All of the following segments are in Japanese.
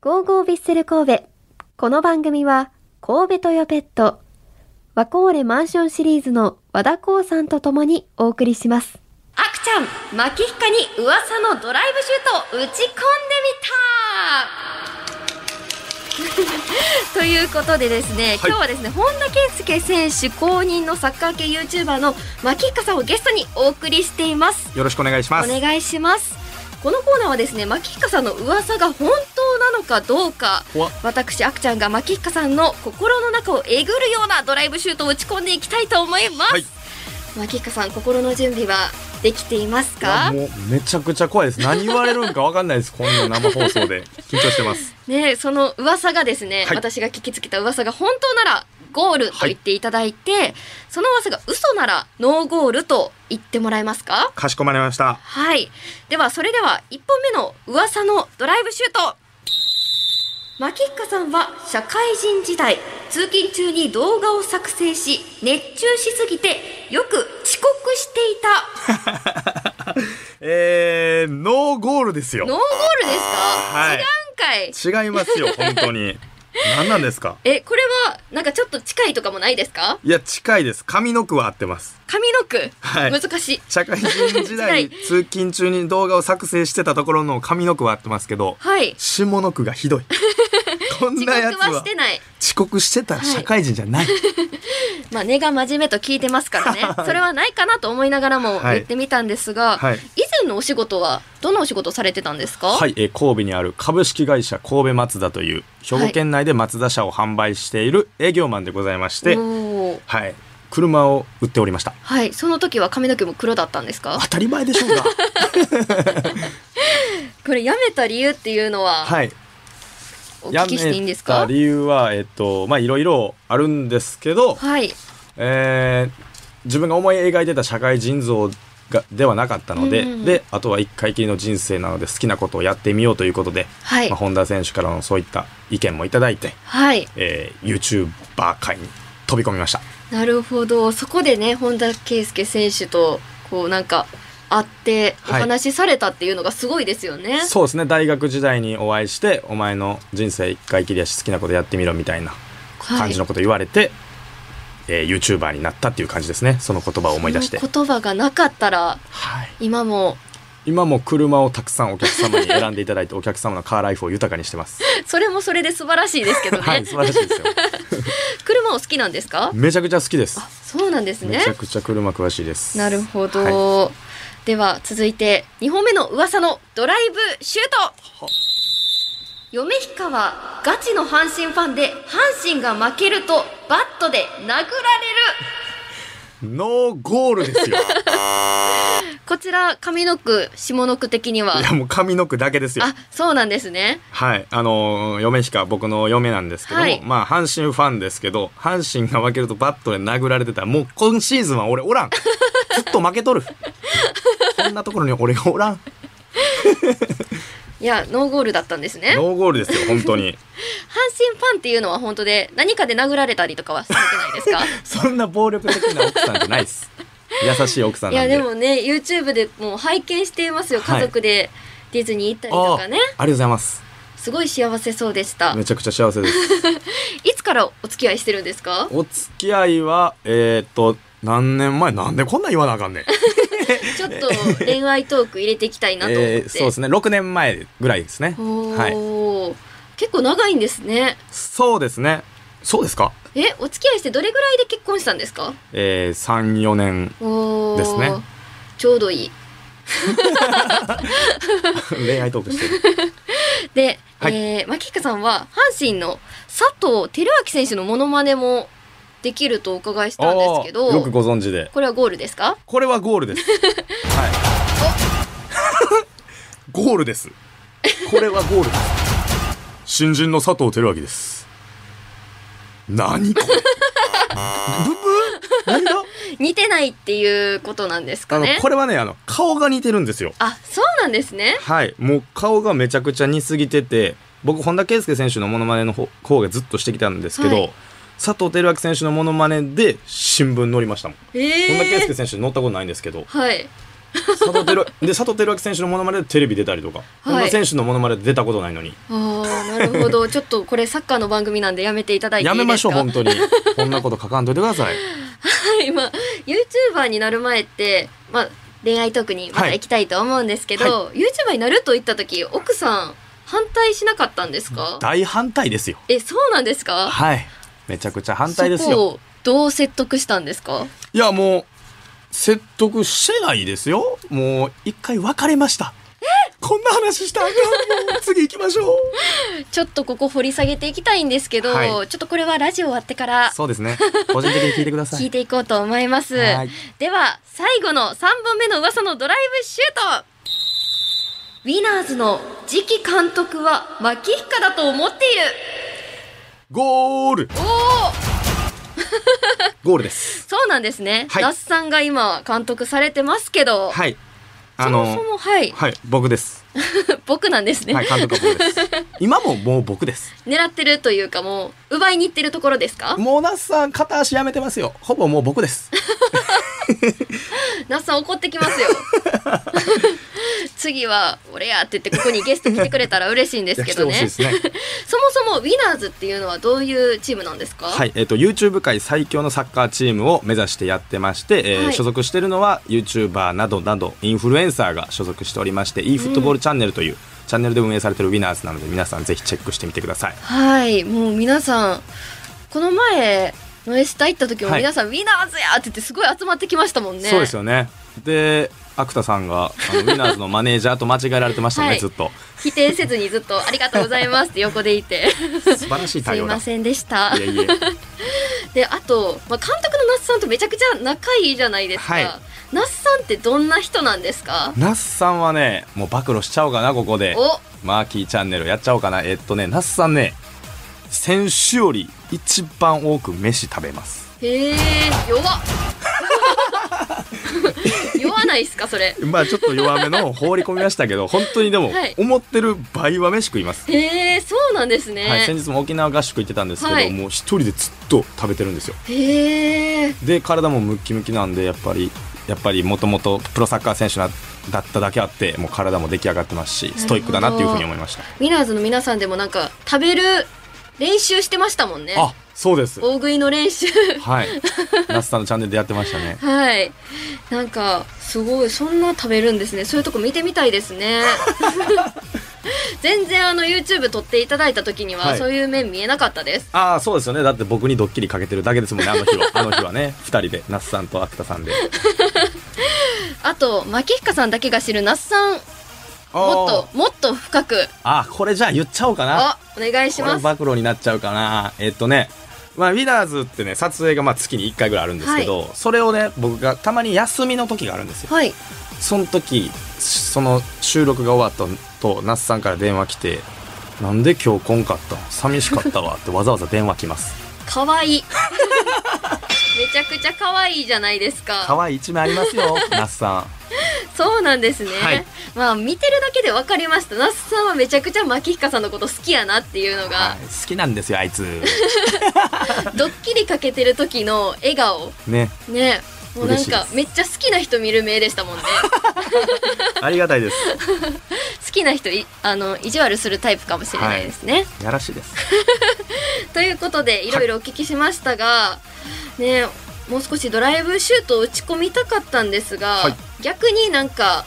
ゴーゴービッセル神戸。この番組は、神戸トヨペット、ワコーレマンションシリーズの和田光さんと共にお送りします。アクちゃん、マキヒカに噂のドライブシュートを打ち込んでみた ということでですね、今日はですね、本田圭佑選手公認のサッカー系 YouTuber のマキヒカさんをゲストにお送りしています。よろしくお願いしおます。願いします。このコーナーはですね、マキヒカさんの噂が本当なのかどうか、怖っ私、アクちゃんがマキヒカさんの心の中をえぐるようなドライブシュートを打ち込んでいきたいと思います。はいマキヒカさん、心の準備はできていますかいやもうめちゃくちゃ怖いです。何言われるんかわか んないです。こんな生放送で緊張してます。ねえその噂がですね、はい私が聞きつけた噂が本当ならゴールと言っていただいて、その噂が嘘ならノーゴールと言ってもらえますかかしこまりました。はいではそれでは1本目の噂のドライブシュートマキッカさんは社会人時代通勤中に動画を作成し熱中しすぎてよく遅刻していた えー、ノーゴールですよ。ノーゴールですか、はい違うんかい違いますよ、本当に。何なんですかえこれはなんかちょっと近いとかもないですかいや、近いです。上の句は合ってます。上の句、はい難しい社会人時違代、 い通勤中に動画を作成してたところの上の句は合ってますけど、はい下の句がひ どい。こん遅なやつ刻ははしてない遅刻してたら社会人じゃない。まあ根が真面目と聞いてます からねそれはないかなと思いながらもはい言ってみたんですが、はい以前のお仕事はどんなお仕事をされてたんですか、はいい、えー神戸にある株式会社神戸松田という兵庫県内で松田車を販売している営業マンでございまして、おはい、ー車を売っておりました。はいその時は髪の毛も黒だったんですか当たり前でしょうが。これ辞めた理由っていうのは はい。 お聞きしていいんですか、やめた理由はえっとまあいろいろあるんですけど、はいえー自分が思い描いてた社会人像がではなかったので、うんうんうんであとは一回きりの人生なので好きなことをやってみようということで、はいまあ、本田選手からのそういった意見もいただいて、はいえー、YouTuber 界に飛び込みました。なるほどそこでね本田圭佑選手とこうなんか会っておはい話しされたっていうのがすごいですよね、そうですね大学時代にお会いしてお前の人生一回きりやし好きなことやってみろみたいなはい感じのこと言われて、えー、YouTuber になったっていう感じですねその言葉を思い出してその言葉がなかったらはい、今も今も車をたくさんお客様に選んでいただいてお客様のカーライフを豊かにし てます、それもそれで素晴らしいですけどね、 はい素晴らしいですよ車を好きなんですかめちゃくちゃ好きですあそうなんですねめちゃくちゃ車詳しいですなるほど、はいでは続いて2本目の噂のドライブシュート嫁ひかはガチの阪神ファンで阪神が負けるとバットで殴られるノーゴールで すよこちら上の句下の句的にはいやもう上の句だけですよあそうなんですねはい、あのー嫁しか僕の嫁なんですけども、はいまあ阪神ファンですけど阪神が負けるとバットで殴られてたらもう今シーズンは俺 おらんずっと負けとるこんなところに俺がおらんいやノーゴールだったんですね阪神ノーゴールですよ本 当にファンっていうのは本当で何かで殴られたりとかはされてないですかそんな暴力的な奥さんじゃないです優しい奥さんいなんやででもね YouTube でもう拝見していますよはい家族でディズニー行ったりとかね、あありがとうございますすごい幸せそうでしためちゃくちゃ幸せですいつからお付き合いしてるんですかお付き合いはえー、っと何年前なんでこんなん言わなあかんね ん、ちょっと恋愛トーク入れていきたいなと思って、えーそうですね6年前ぐらいですねおーはい結構長いんですねそうですねそうですかえお付き合いしてどれぐらいで結婚したんですかえー、34年おーですねちょうどいい 恋愛トークしてるで、はいえー、マキッカさんは阪神の佐藤輝明選手のモノマネもできるとお伺いしたんですけあどーよくご存知でこれはゴールですかこれはゴール ですはいゴールですこれはゴールです新人の佐藤輝明です何こ れブブー何が似てないっていうことなんですあかのねこれはねあの顔が似てるんですよあそうなんですねはいもう顔がめちゃくちゃ似すぎてて僕本田圭佑選手のモノマネの方方がずっとしてきたんですけど、はい佐藤輝明選手のモノマネで新聞載りましたもんえ本田圭え佑選手に乗ったことないんですけどはい佐藤輝 で佐藤輝明選手のものまねでテレビ出たりとか、本田選手のものまねで出たことないのにああ、なるほど。 ちょっとこれサッカーの番組なんでやめていただいていいやですかめましょう本当にこんなこと書かんといてくださいはい、まあ、YouTuber になる前って、まあ、恋愛トークにまた行きたいと思うんですけど、YouTuber になると言った時、奥さん、反対しなかったんですか大反対ですよえ、そうなんですかはいめちゃくちゃ反対ですそこよをどう説得したんですかいやもう説得してないですよもう一回別れましたこんな話したらあかんもう次行きましょうちょっとここ掘り下げていきたいんですけど、はいちょっとこれはラジオ終わってからそうですね個人的に聞いてくださ聞いいていこうと思います。はいでは最後の3本目の噂のドライブシュートウィナーズの次期監督は牧彦だと思っているゴールおおゴールですそうなんですね、はい那須さんが今監督されてますけど、はいあそのもそもはい、はい僕です僕なんですね、はい監督は僕です 今ももう僕です狙ってるというかもう奪いに行ってるところですかもう那須さん片足やめてますよほぼもう僕です那須さん怒ってき ますよ 次は俺やって言ってここにゲスト来てくれたら嬉しいんですけどいやねしてほしいですねそもそもウィナーズっていうのはどういうチームなんですかはい、えっと YouTube 界最強のサッカーチームを目指してやってまして、えーはい所属してるのは YouTuber などなどインフルエンサーが所属しておりまして e フットボールチャンネルというチャンネルで運営されてるウィナーズなので皆さんぜひチェックしてみてくださいはい、もう皆さん、この前、ノエスタ行った時もはい皆さん、ウィナーズやって言ってすごい集まってきましたもんね。そうですよねで芥田さんがあのウィナーズのマネージャーと間違えられてましたね、はいずっと否定せずにずっ とありがとうございますって横でいて。素晴らし すい対い応だませんでしたい。えいえで、あと、まあ、監督の那須さんとめちゃくちゃ仲いいじゃないですか。はい那須さんってどんな人なんですか那須さんはねもう暴露しちゃおうかなここでおマーキーチャンネルやっちゃおうかなえっとね那須さんね選手より一番多く飯食べますへえ、弱っ 弱ないですか、それ。まあちょっと弱めの放り込みましたけど本当にでもはい思ってる倍は飯食います、へえ、そうなんですね。はい、先日も沖縄合宿行ってたんですけど、はいもう一人でずっと食べてるんですよへえ、で体もムッキムキなんでやっぱりやっぱりもともとプロサッカー選手なだっただけあってもう体も出来上がってますしストイックだなっていうふうに思いましたウィナーズの皆さんでもなんか食べる練習してましたもんね。あそうです大食いの練習。 はい那須さんのチャンネルでやってましたねはい。なんか、すごい、そんな食べるんですね。そういうとこ見てみたいです ね。全然あの YouTube 撮っていただいた時には、はいそういう面見えなかったです。ああそうですよねだって僕にドッキリかけてるだけですもんねあの日はあの日はね2人で那須さんと芥田 さんであと、牧彦さんだけが知る那須さん、もっと、もっと深く、あーこれじゃあ言っちゃおうかなあ、お願いしこれます。暴露になっちゃうかなえっとねまあ、ウィナーズってね撮影がまあ月に1回ぐらいあるんですけど、それをね僕がたまに休みの時があるんですよはい。その時その収録が終わったと那須さんから電話来て「なんで今日来んかったん寂しかった わ」ってわざわざ電話来ますかわいい。 めちゃくちゃかわいいじゃないですか。可愛い一面あります よ那須さんそうなんですね、はいまあ見てるだけで分かりました那須さんはめちゃくちゃ牧彦さんのこと好きやなっていうのはがい、好きなんですよあいつドッキリかけてる時の笑顔 ねねもうなん嬉しいでかすめっちゃ好きな人見る目で したもんねありがたいです好きな人いあの意地悪するタイプかもしれないですね、やらしいですということでいろいろお聞きしましたが、ねもう少しドライブシュートを打ち込みたかったんですが、はい逆になんか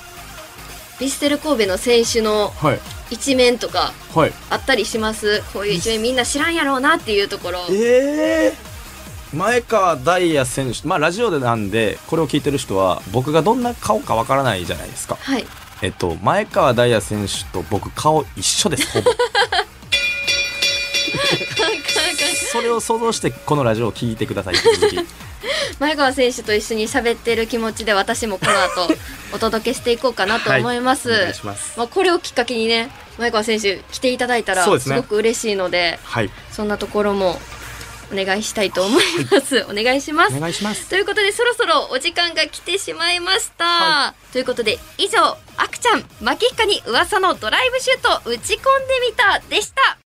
ヴィッセル神戸の選手のはい一面とかはいあったりしますこういう一面みんな知らんやろうなっていうところええ前川大也選手、まあ、ラジオでなんでこれを聞いてる人は僕がどんな顔かわからないじゃないですか、はい えっと、前川大也選手と僕顔一緒ですほぼそれを想像してこのラジオを聞いてください引き続き前川選手と一緒に喋ってる気持ちで私もこの 後お届けしていこうかなと思います,、はいお願いしますまあ、これをきっかけにね前川選手来ていただいたらそうですすねごく嬉しいのでそはいんなところもお願いしたいと思います、お願いしますお願いしますということでそろそろお時間が来てしまいました、はということで以上あくちゃんマキッカに噂のドライブシュート打ち込んでみたでした